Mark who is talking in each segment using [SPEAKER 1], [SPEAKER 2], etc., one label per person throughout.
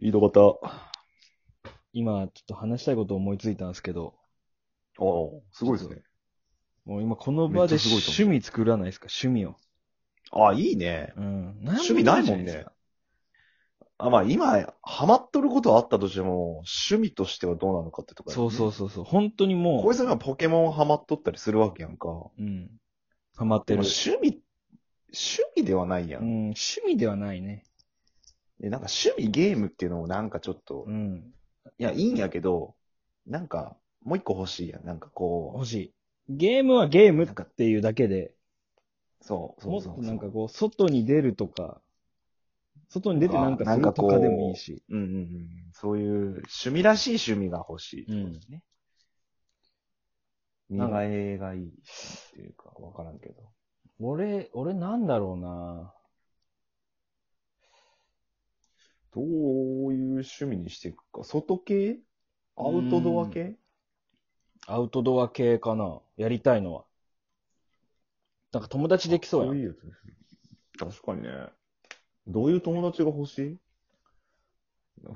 [SPEAKER 1] 井戸端。
[SPEAKER 2] 今、ちょっと話したいことを思いついたんですけど、
[SPEAKER 1] おすごいですね。
[SPEAKER 2] もう今この場
[SPEAKER 1] め
[SPEAKER 2] で
[SPEAKER 1] っちゃすごいと思う
[SPEAKER 2] 趣味作らないですか趣味を。
[SPEAKER 1] あ、いいね。
[SPEAKER 2] うん。
[SPEAKER 1] 趣味ないもんね
[SPEAKER 2] んでじゃですか。
[SPEAKER 1] あ、まあ今、ハマっとることはあったとしても、趣味としてはどうなのかってとこ。
[SPEAKER 2] そうそううそうそう。本当にも
[SPEAKER 1] 小井さんがポケモンハマっとったりするわけやんか。
[SPEAKER 2] う、うん。ハマっ
[SPEAKER 1] で
[SPEAKER 2] て
[SPEAKER 1] も
[SPEAKER 2] る。
[SPEAKER 1] 趣味、趣味ではないや
[SPEAKER 2] うん
[SPEAKER 1] ん。、
[SPEAKER 2] 趣味ではないね。
[SPEAKER 1] でなんか趣味ゲームっていうのもなんかちょっと
[SPEAKER 2] う、ん。
[SPEAKER 1] いや、いいんやけど、なんか、もう一個欲しいやん。なんかこ
[SPEAKER 2] 欲しい。ゲームはゲームっていうだけで、
[SPEAKER 1] う、そう、そ
[SPEAKER 2] も
[SPEAKER 1] う
[SPEAKER 2] っ
[SPEAKER 1] そ
[SPEAKER 2] と
[SPEAKER 1] う
[SPEAKER 2] な
[SPEAKER 1] そ
[SPEAKER 2] んか
[SPEAKER 1] う。
[SPEAKER 2] こう、外に出るとか、外に出てなんかするとかでもいいし。
[SPEAKER 1] うんうんうん。そういう趣味らしい趣味が欲しいってことですね。見
[SPEAKER 2] なんか
[SPEAKER 1] 栄えがいいっていうか、わからんけど。
[SPEAKER 2] 俺、俺なんだろうな
[SPEAKER 1] どういう趣味にしていくか。外系アウトドア系
[SPEAKER 2] アウトドア系かなやりたいのは。なんか友達できそうや
[SPEAKER 1] かっこ
[SPEAKER 2] ん
[SPEAKER 1] いいやつ確かにね。どういう友達が欲しい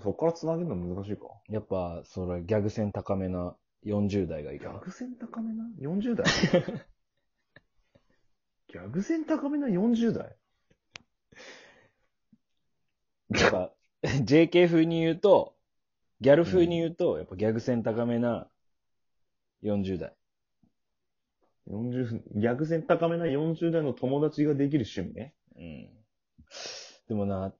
[SPEAKER 1] そっから繋げるの難しいか。
[SPEAKER 2] やっぱ、それ、ギャグ線高めな40代がいい
[SPEAKER 1] ギ
[SPEAKER 2] か
[SPEAKER 1] ャ
[SPEAKER 2] な。
[SPEAKER 1] グ線高めな ?40 代ギャグ線高めな40代
[SPEAKER 2] やっぱ、JK 風に言うと、ギャル風に言うと、やっぱギャグ線高めな40代。
[SPEAKER 1] 40ギャグ線高めな40代の友達ができる趣味ね。
[SPEAKER 2] うん。でもな、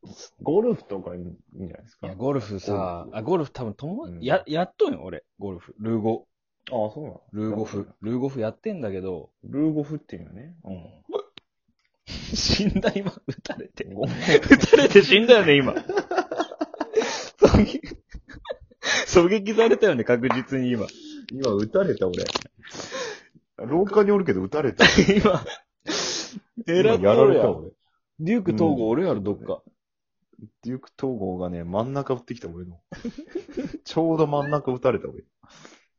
[SPEAKER 1] ゴルフとかいいんじゃないです
[SPEAKER 2] い
[SPEAKER 1] か。
[SPEAKER 2] や、ゴルフさ
[SPEAKER 1] ゴル、フ
[SPEAKER 2] あ、ゴルフ多分友、
[SPEAKER 1] うん
[SPEAKER 2] や、やっとんよ、俺。ゴルフ。ルーゴ。
[SPEAKER 1] ああ、そうなの
[SPEAKER 2] ルーゴフ。ルーゴフやってんだけど、
[SPEAKER 1] ルーゴフっていうのね。
[SPEAKER 2] うん。 死んだ、今、撃たれて。
[SPEAKER 1] ごめん
[SPEAKER 2] 撃たれて死んだよね、今。狙撃狙撃されたよね、確実に今。
[SPEAKER 1] 今、撃たれた、俺。廊下におるけど、撃たれた。
[SPEAKER 2] 今、
[SPEAKER 1] 今
[SPEAKER 2] 狙っ
[SPEAKER 1] や
[SPEAKER 2] と
[SPEAKER 1] ら
[SPEAKER 2] る
[SPEAKER 1] れ
[SPEAKER 2] や
[SPEAKER 1] た、
[SPEAKER 2] ん。
[SPEAKER 1] 俺。
[SPEAKER 2] デューク統合俺やろ、どっか。
[SPEAKER 1] デューク統合がね、真ん中撃ってきた、俺の。 ちょうど真ん中撃たれた、俺。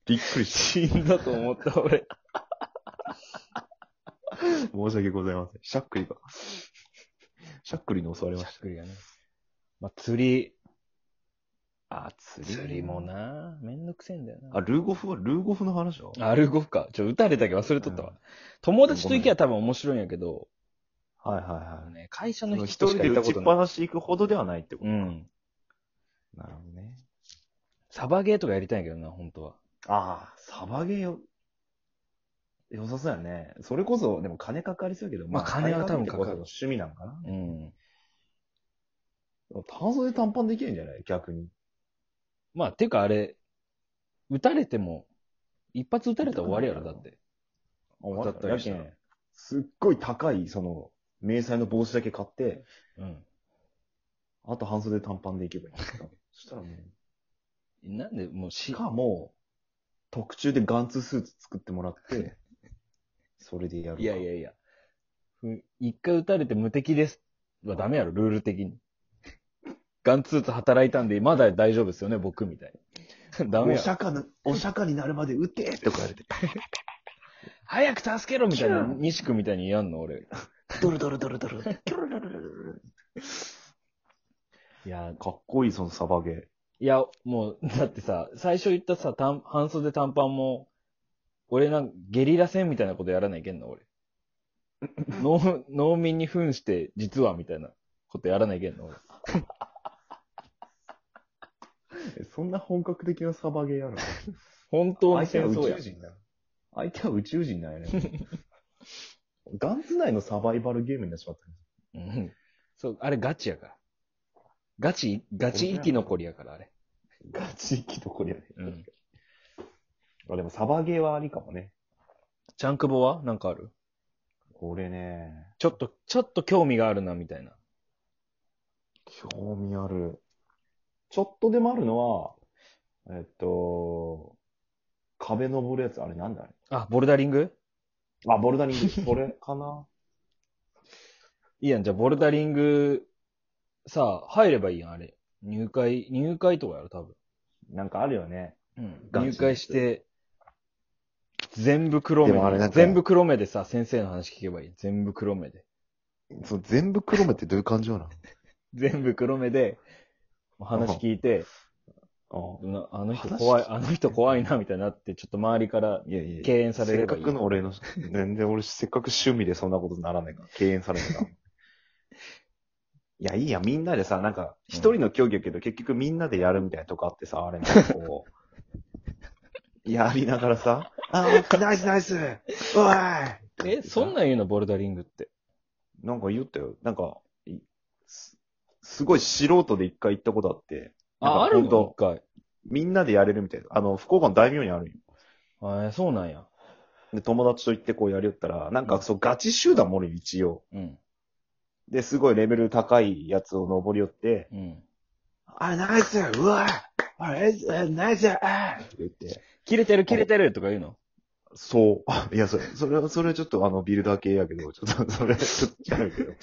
[SPEAKER 1] びっくりし
[SPEAKER 2] 死んだと思った、俺。
[SPEAKER 1] た。申し訳ございません。しゃっくりが。しゃっくりに襲われ
[SPEAKER 2] し
[SPEAKER 1] ま
[SPEAKER 2] ゃ
[SPEAKER 1] し
[SPEAKER 2] っくりがね。まあ、釣り。
[SPEAKER 1] た。あ、釣
[SPEAKER 2] 釣りも。なめんどくせえんだよな。
[SPEAKER 1] あ、ルーゴフは、ルーゴフの話は
[SPEAKER 2] あ、ルーゴフか。ちょ、打たれたけど忘れとったわ。友達と行きゃ多分面白いんやけど、
[SPEAKER 1] はいはい
[SPEAKER 2] あの
[SPEAKER 1] は
[SPEAKER 2] ね、会社
[SPEAKER 1] い。
[SPEAKER 2] の人
[SPEAKER 1] 一
[SPEAKER 2] とし
[SPEAKER 1] 人
[SPEAKER 2] か
[SPEAKER 1] で
[SPEAKER 2] 行った
[SPEAKER 1] 打
[SPEAKER 2] こ
[SPEAKER 1] ち
[SPEAKER 2] と
[SPEAKER 1] っ
[SPEAKER 2] な
[SPEAKER 1] ぱ
[SPEAKER 2] い。
[SPEAKER 1] なし行くほどではないってこ
[SPEAKER 2] うん。
[SPEAKER 1] と。なるほどね。
[SPEAKER 2] サバゲーとかやりたいんやけどな、本当は。
[SPEAKER 1] ああ、サバゲーよ。良さそうやね。それこそ、でも金かかりそうやけど、
[SPEAKER 2] まあ金は多分
[SPEAKER 1] 金ってこその趣味なんかな。
[SPEAKER 2] うん。
[SPEAKER 1] 単袖短パンできるんじゃない逆に。
[SPEAKER 2] まあ、てかあれ、打たれても、一発打たれたら終わりやろ、だって。
[SPEAKER 1] 当たった
[SPEAKER 2] や
[SPEAKER 1] り
[SPEAKER 2] け
[SPEAKER 1] した
[SPEAKER 2] ん
[SPEAKER 1] ら。すっごい高い、その、迷彩の帽子だけ買って、
[SPEAKER 2] うん。
[SPEAKER 1] あと半袖短パンでいけばいいんです か。そしたらもう、
[SPEAKER 2] なんで、もうし、
[SPEAKER 1] かも、特注でガンツスーツ作ってもらって、それでやるか。
[SPEAKER 2] いやいやいや。ふ一回撃たれて無敵ですはダメやろ、ルール的に。ガンツーツ働いたんで、まだ大丈夫ですよね、僕みたいな。 ダメ
[SPEAKER 1] お
[SPEAKER 2] やろ。
[SPEAKER 1] 釈迦の、お釈迦になるまで撃てとか言われて、
[SPEAKER 2] 早く助けろみたいな、
[SPEAKER 1] キュー
[SPEAKER 2] 西君みたいにやんの、俺。
[SPEAKER 1] ドルドルドルドル、キョロロロロロロ
[SPEAKER 2] いや、
[SPEAKER 1] かっこいい、そのサバゲー。
[SPEAKER 2] いや、もう、だってさ、最初言ったさ、短半袖短パンも、俺なんかゲリラ戦みたいなことやらないけんの、 俺。農農民に扮して、実はみたいなことやらないけんの、俺。
[SPEAKER 1] えそんな本格的なサバゲーやるの
[SPEAKER 2] 本当に
[SPEAKER 1] 相手
[SPEAKER 2] 戦
[SPEAKER 1] は宇
[SPEAKER 2] 争や
[SPEAKER 1] 宙。人だよ。相手は宇宙人なんや ね。ガンズ内のサバイバルゲームになっちまったね。
[SPEAKER 2] うんそう、あれガチやから。ガチ、ガチ生き残りやから、あれ。
[SPEAKER 1] ガチ生き残りやね。
[SPEAKER 2] うん。
[SPEAKER 1] あでもサバゲーはありかもね。
[SPEAKER 2] ちゃんくぼはなんかある
[SPEAKER 1] 俺ね、
[SPEAKER 2] ちょっと、ちょっと興味があるな、みたいな。
[SPEAKER 1] 興味ある。ちょっとでもあるのは、えっと、壁登るやつ、あれなんだあれ。
[SPEAKER 2] あ、ボルダリング
[SPEAKER 1] あ、ボルダリング、それかな
[SPEAKER 2] いいやん、じゃあボルダリング、さ、入ればいいやん、あれ。入会、入会とかやろ、多分。
[SPEAKER 1] なんかあるよね。
[SPEAKER 2] うん
[SPEAKER 1] ガチ
[SPEAKER 2] 入会して、全部黒目
[SPEAKER 1] でもあれなん
[SPEAKER 2] で。
[SPEAKER 1] か
[SPEAKER 2] 全部黒目でさ、先生の話聞けばいい。全部黒目で。
[SPEAKER 1] そう、全部黒目ってどういう感情なの
[SPEAKER 2] 全部黒目で、お話聞いて、
[SPEAKER 1] あ
[SPEAKER 2] なあの人怖い、
[SPEAKER 1] 話
[SPEAKER 2] あの人怖いな、みたいになって、ちょっと周りから
[SPEAKER 1] いやいや
[SPEAKER 2] 敬遠され
[SPEAKER 1] せ
[SPEAKER 2] れ
[SPEAKER 1] っ
[SPEAKER 2] ば
[SPEAKER 1] か
[SPEAKER 2] いい。
[SPEAKER 1] くの俺の、全然俺せっかく趣味でそんなことならないから、敬遠されるな。いや、いいや、みんなでさ、なんか、一人の競技やけど、結局みんなでやるみたいなとこあってさ、あれなんかこ う、やりながらさ、あー、ナイスナイスうわーい
[SPEAKER 2] え、そんなん言うの、ボルダリングって。
[SPEAKER 1] なんか言ったよ。なんか、いすすごい素人で一回行ったことあって、なん
[SPEAKER 2] あ、
[SPEAKER 1] か
[SPEAKER 2] ある
[SPEAKER 1] ほん
[SPEAKER 2] の
[SPEAKER 1] と
[SPEAKER 2] 一回。
[SPEAKER 1] みんなでやれるみたいな。あの、福岡の大名にあるんよ。
[SPEAKER 2] あそうなんや。
[SPEAKER 1] で、友達と行ってこうやりよったら、なんかそう、ガチ集団もおるんよ一応。
[SPEAKER 2] うん。
[SPEAKER 1] で、すごいレベル高いやつを登り寄って、
[SPEAKER 2] うん。
[SPEAKER 1] あ、ナイスうわあれ、えナイスあって言って。
[SPEAKER 2] 切れてる、切れてるとか言うの
[SPEAKER 1] そう。 あいや、それ、それは、それはちょっとあの、ビルダー系やけど、ちょっと、それはちょっと違う けど。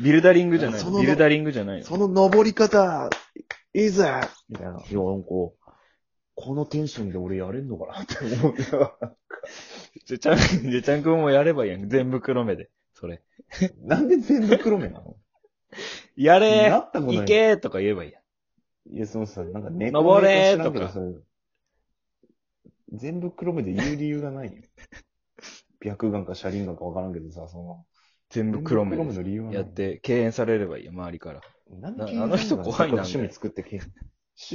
[SPEAKER 2] ビルダリングじゃない
[SPEAKER 1] そ
[SPEAKER 2] の
[SPEAKER 1] の
[SPEAKER 2] ビルダリングじゃないの
[SPEAKER 1] その登り方、いいぜみたいな。いや、なんか、このテンションで俺やれんのかなって思って。
[SPEAKER 2] でちゃん、でちゃんくんもやればいいやん。全部黒目で。それ。
[SPEAKER 1] なんで全部黒目なの
[SPEAKER 2] やれ
[SPEAKER 1] な
[SPEAKER 2] ー
[SPEAKER 1] ったことない。
[SPEAKER 2] 行けーとか言えばいいやん。
[SPEAKER 1] いや、そのさ、なんか猫
[SPEAKER 2] 登れー
[SPEAKER 1] 猫知らんけど
[SPEAKER 2] とか
[SPEAKER 1] それ全部黒目 で言う理由がないよ。白眼か車輪眼かわからんけどさ、その。
[SPEAKER 2] 全部黒目
[SPEAKER 1] 黒目の
[SPEAKER 2] で。
[SPEAKER 1] 理由はない
[SPEAKER 2] やっ。て、敬遠されればいいやん、周りから。
[SPEAKER 1] なん
[SPEAKER 2] な
[SPEAKER 1] 敬遠
[SPEAKER 2] あの人怖いな
[SPEAKER 1] せっかく趣味作ってけ、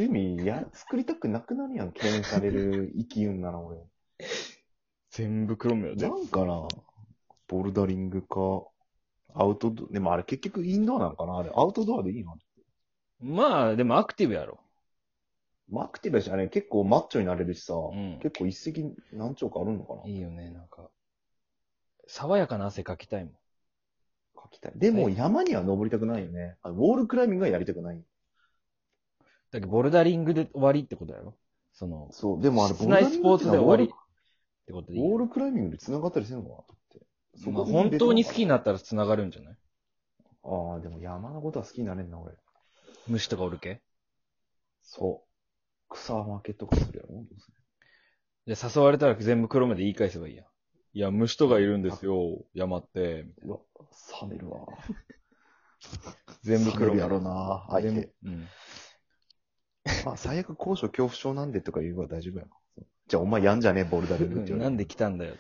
[SPEAKER 1] 趣味や、作りたくなくなるやん、敬遠される生き運なら俺。
[SPEAKER 2] 全部黒目よ、全
[SPEAKER 1] な
[SPEAKER 2] 部。
[SPEAKER 1] んかな、ボルダリングか、アウトドア、でもあれ結局インドアなんかなあれ、アウトドアでいいの
[SPEAKER 2] まあ、でもアクティブやろ。
[SPEAKER 1] マクティブだし、あれ結構マッチョになれるしさ、
[SPEAKER 2] ん
[SPEAKER 1] 結構一石何鳥かあるのかない
[SPEAKER 2] いよね、なんか。爽やかな汗かきたいもん。
[SPEAKER 1] 書きたい。でも
[SPEAKER 2] はい
[SPEAKER 1] 山には登りたくないよね。あのウォールクライミングはやりたくない。
[SPEAKER 2] だけど、ボルダリングで終わりってことやろその、
[SPEAKER 1] そう、でもあれ、
[SPEAKER 2] 室内スポーツで終わりっ
[SPEAKER 1] ボ
[SPEAKER 2] てこと
[SPEAKER 1] ル
[SPEAKER 2] でい
[SPEAKER 1] ダリ
[SPEAKER 2] い
[SPEAKER 1] ングってのはウォ
[SPEAKER 2] よ
[SPEAKER 1] ールウォールクライミングで繋がったりするのかなと思って。
[SPEAKER 2] まあ、本当に好き
[SPEAKER 1] な。
[SPEAKER 2] になったら繋がるんじゃない
[SPEAKER 1] ああ、でも山のことは好きになれんな、俺。
[SPEAKER 2] 虫とかおるけ
[SPEAKER 1] そう。草負けとかするやろ。
[SPEAKER 2] で、誘われたら全部黒目で言い返せばいいやん。いや、虫とかいるんですよ、山って。
[SPEAKER 1] うわ、冷めるわ。
[SPEAKER 2] 全部黒
[SPEAKER 1] 冷め
[SPEAKER 2] 目。
[SPEAKER 1] るやろな、相
[SPEAKER 2] 全
[SPEAKER 1] 手
[SPEAKER 2] 部。、うん。
[SPEAKER 1] まあ、最悪高所恐怖症なんでとか言えば大丈夫やな。じゃあ、お前やんじゃねえ、ボルダリングって言わ
[SPEAKER 2] な
[SPEAKER 1] れ
[SPEAKER 2] ん
[SPEAKER 1] る
[SPEAKER 2] で来たん だよ。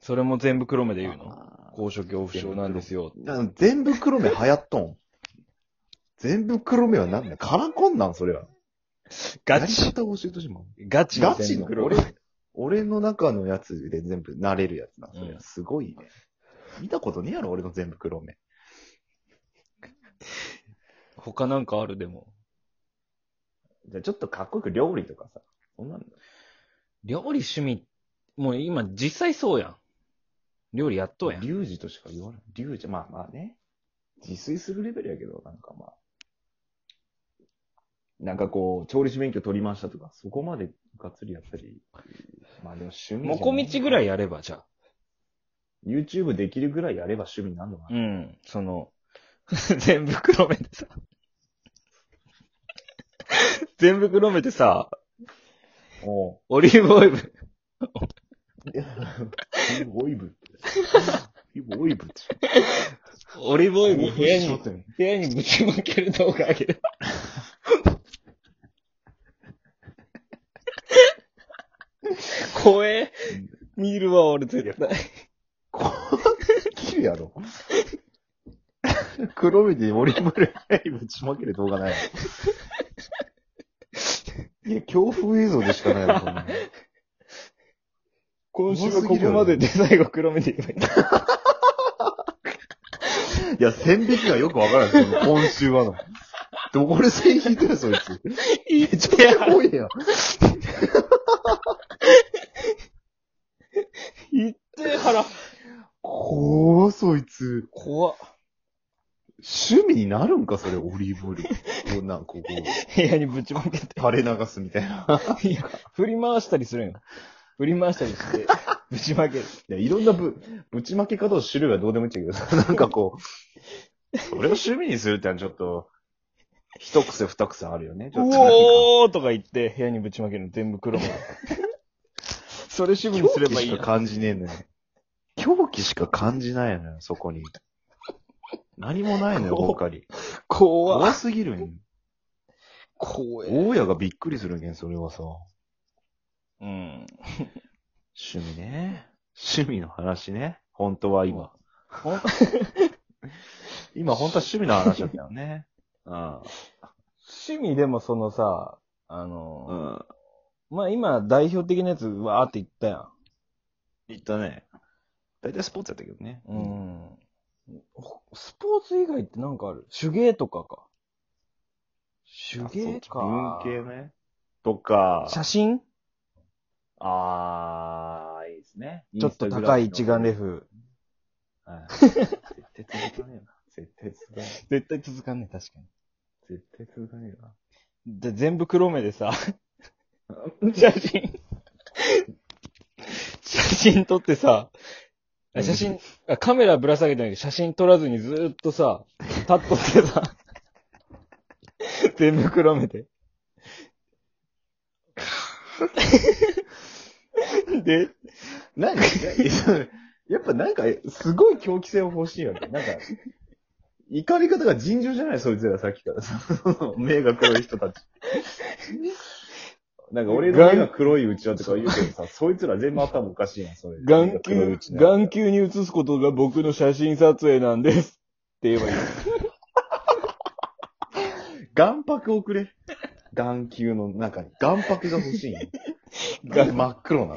[SPEAKER 2] それも全部黒目で言うの
[SPEAKER 1] あー
[SPEAKER 2] 高所恐怖症なんですよ。
[SPEAKER 1] なん全部黒目流行っとん。全部黒目はなんだカラコンなん、それは。や
[SPEAKER 2] ガ
[SPEAKER 1] り
[SPEAKER 2] チ
[SPEAKER 1] 方を教えてしまう。
[SPEAKER 2] ガチ
[SPEAKER 1] ガチ
[SPEAKER 2] 全
[SPEAKER 1] の
[SPEAKER 2] 部黒
[SPEAKER 1] 俺
[SPEAKER 2] 目、
[SPEAKER 1] 俺の中のやつで全部慣れるやつな。それ
[SPEAKER 2] うん
[SPEAKER 1] はすごいね。見たことねえやろ、俺の全部黒目。
[SPEAKER 2] 他なんかあるでも。
[SPEAKER 1] じゃあ、ちょっとかっこよく料理とかさ。そんなん
[SPEAKER 2] 料理趣味、もう今実際そうやん。料理やっとうやん。
[SPEAKER 1] リュウジとしか言わない。リュウジ、まあまあね。自炊するレベルやけど、なんかまあ。なんかこう、調理師免許取りましたとか、そこまでがっつりやったり。まあでも趣味じゃない
[SPEAKER 2] もこみちぐらいやればじゃあ。
[SPEAKER 1] YouTube できるぐらいやれば趣味になるのかな。
[SPEAKER 2] うん。その、 全部黒目でさ。 全部黒目でさ、
[SPEAKER 1] おう
[SPEAKER 2] オリーブオイル、
[SPEAKER 1] オリーブオイブって。オリーブオイブって。
[SPEAKER 2] オリーブオイル部屋
[SPEAKER 1] 面白
[SPEAKER 2] に、
[SPEAKER 1] そうやね
[SPEAKER 2] 部屋にぶちまける動画あげ る。怖え。見るわ、俺絶対。
[SPEAKER 1] こう、切るやろ。黒目でオリーブオイルぶちまける動画ないの。いや、恐怖映像でしかないわ、そんなの
[SPEAKER 2] 今
[SPEAKER 1] 週はここまで
[SPEAKER 2] で最後黒目で言えばいい。
[SPEAKER 1] いや、線引きがよくわからないですよ、今週はの。どこで線引いてるそいつ。
[SPEAKER 2] いいってや、
[SPEAKER 1] 多いや。
[SPEAKER 2] いって腹。
[SPEAKER 1] 怖そいつ。
[SPEAKER 2] 怖っ。
[SPEAKER 1] 趣味になるんか、それ、オリーブオイル。こんなん、ここ、
[SPEAKER 2] 部屋にぶちまけて。
[SPEAKER 1] 垂れ流すみたいな。
[SPEAKER 2] いや、振り回したりするんよ。振り回したりして、ぶち まける。
[SPEAKER 1] いや、いろんなぶ、ぶちまけ方を知るはどうでもいいんだけど さ、なんかこう、それを趣味にするってのはちょっと、一癖二癖あるよね。ちょっと
[SPEAKER 2] おーとか言って、部屋にぶちまけるの全部黒目。それ趣味にすればいいや
[SPEAKER 1] 狂気しか感じねえのよ。狂気しか感じないのよ、そこに。何もないのよ、
[SPEAKER 2] こう
[SPEAKER 1] ボーカリ。
[SPEAKER 2] 怖
[SPEAKER 1] 怖
[SPEAKER 2] っ
[SPEAKER 1] すぎるんよ。
[SPEAKER 2] 怖え。
[SPEAKER 1] 大家がびっくりするけん、それはさ。
[SPEAKER 2] うん。
[SPEAKER 1] 趣味ね。趣味の話ね。本当は今。
[SPEAKER 2] ほん
[SPEAKER 1] 今本当は趣味の話だったよね。うん。
[SPEAKER 2] 趣味でもそのさ、あの、
[SPEAKER 1] うん。
[SPEAKER 2] まあ今代表的なやつわーって言ったやん。
[SPEAKER 1] 言ったね。大体スポーツやったけどね。
[SPEAKER 2] うん。ほスポーツ以外ってなんかある手芸とかか。手
[SPEAKER 1] あ
[SPEAKER 2] 芸か。
[SPEAKER 1] 文系ね。とか、
[SPEAKER 2] 写真
[SPEAKER 1] あー、いいですね。
[SPEAKER 2] ちょっと高い
[SPEAKER 1] インスタ
[SPEAKER 2] 一
[SPEAKER 1] グラ
[SPEAKER 2] 眼
[SPEAKER 1] ム
[SPEAKER 2] レ。フ。
[SPEAKER 1] はい絶 対続かねえな。絶対続かねえ。
[SPEAKER 2] 絶対続かんね確かに。
[SPEAKER 1] 絶対続かねえな。
[SPEAKER 2] で、全部黒目でさ、 写真、写真撮ってさ、あ写真、あカメラぶら下げてないけど、写真撮らずにずーっとさ、立っとってさ、全部黒目で。で、
[SPEAKER 1] 何やっぱなんか、すごい狂気性を欲しいよね。なんか、怒り方が尋常じゃない、そいつらさっきから。 その目が黒い人たち。なんか俺の目が黒いうちはとか言うけど さ、そいつら全部頭おかしいやん、それ。
[SPEAKER 2] 眼
[SPEAKER 1] 目が黒い
[SPEAKER 2] 球、
[SPEAKER 1] うちなら
[SPEAKER 2] 眼球に映すことが僕の写真撮影なんです。って言えばいい。
[SPEAKER 1] 眼白をくれ。眼球の中に。眼白が欲しいよ。
[SPEAKER 2] 眼
[SPEAKER 1] 真っ黒なの。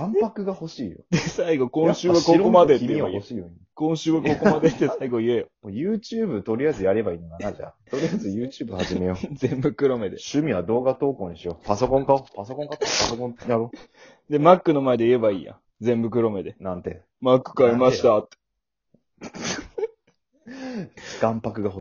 [SPEAKER 1] 眼白が欲しいよ。
[SPEAKER 2] で、最後、今週はここまでって言えばい
[SPEAKER 1] や
[SPEAKER 2] い
[SPEAKER 1] っぱ。白と黄身は欲しいよ。
[SPEAKER 2] 今週はここまでって最後言えよ。
[SPEAKER 1] もう YouTube とりあえずやればいいのかな、じゃあ。とりあえず YouTube 始めよ う。
[SPEAKER 2] 全部黒目で。
[SPEAKER 1] 趣味は動画投稿にしよう。パソコン買おう。パソコン買って、パソコンやろ
[SPEAKER 2] で、マックの前で言えばいいやん。全部黒目で。
[SPEAKER 1] う。なんて。
[SPEAKER 2] マック買いましたって。
[SPEAKER 1] 眼白が欲しい。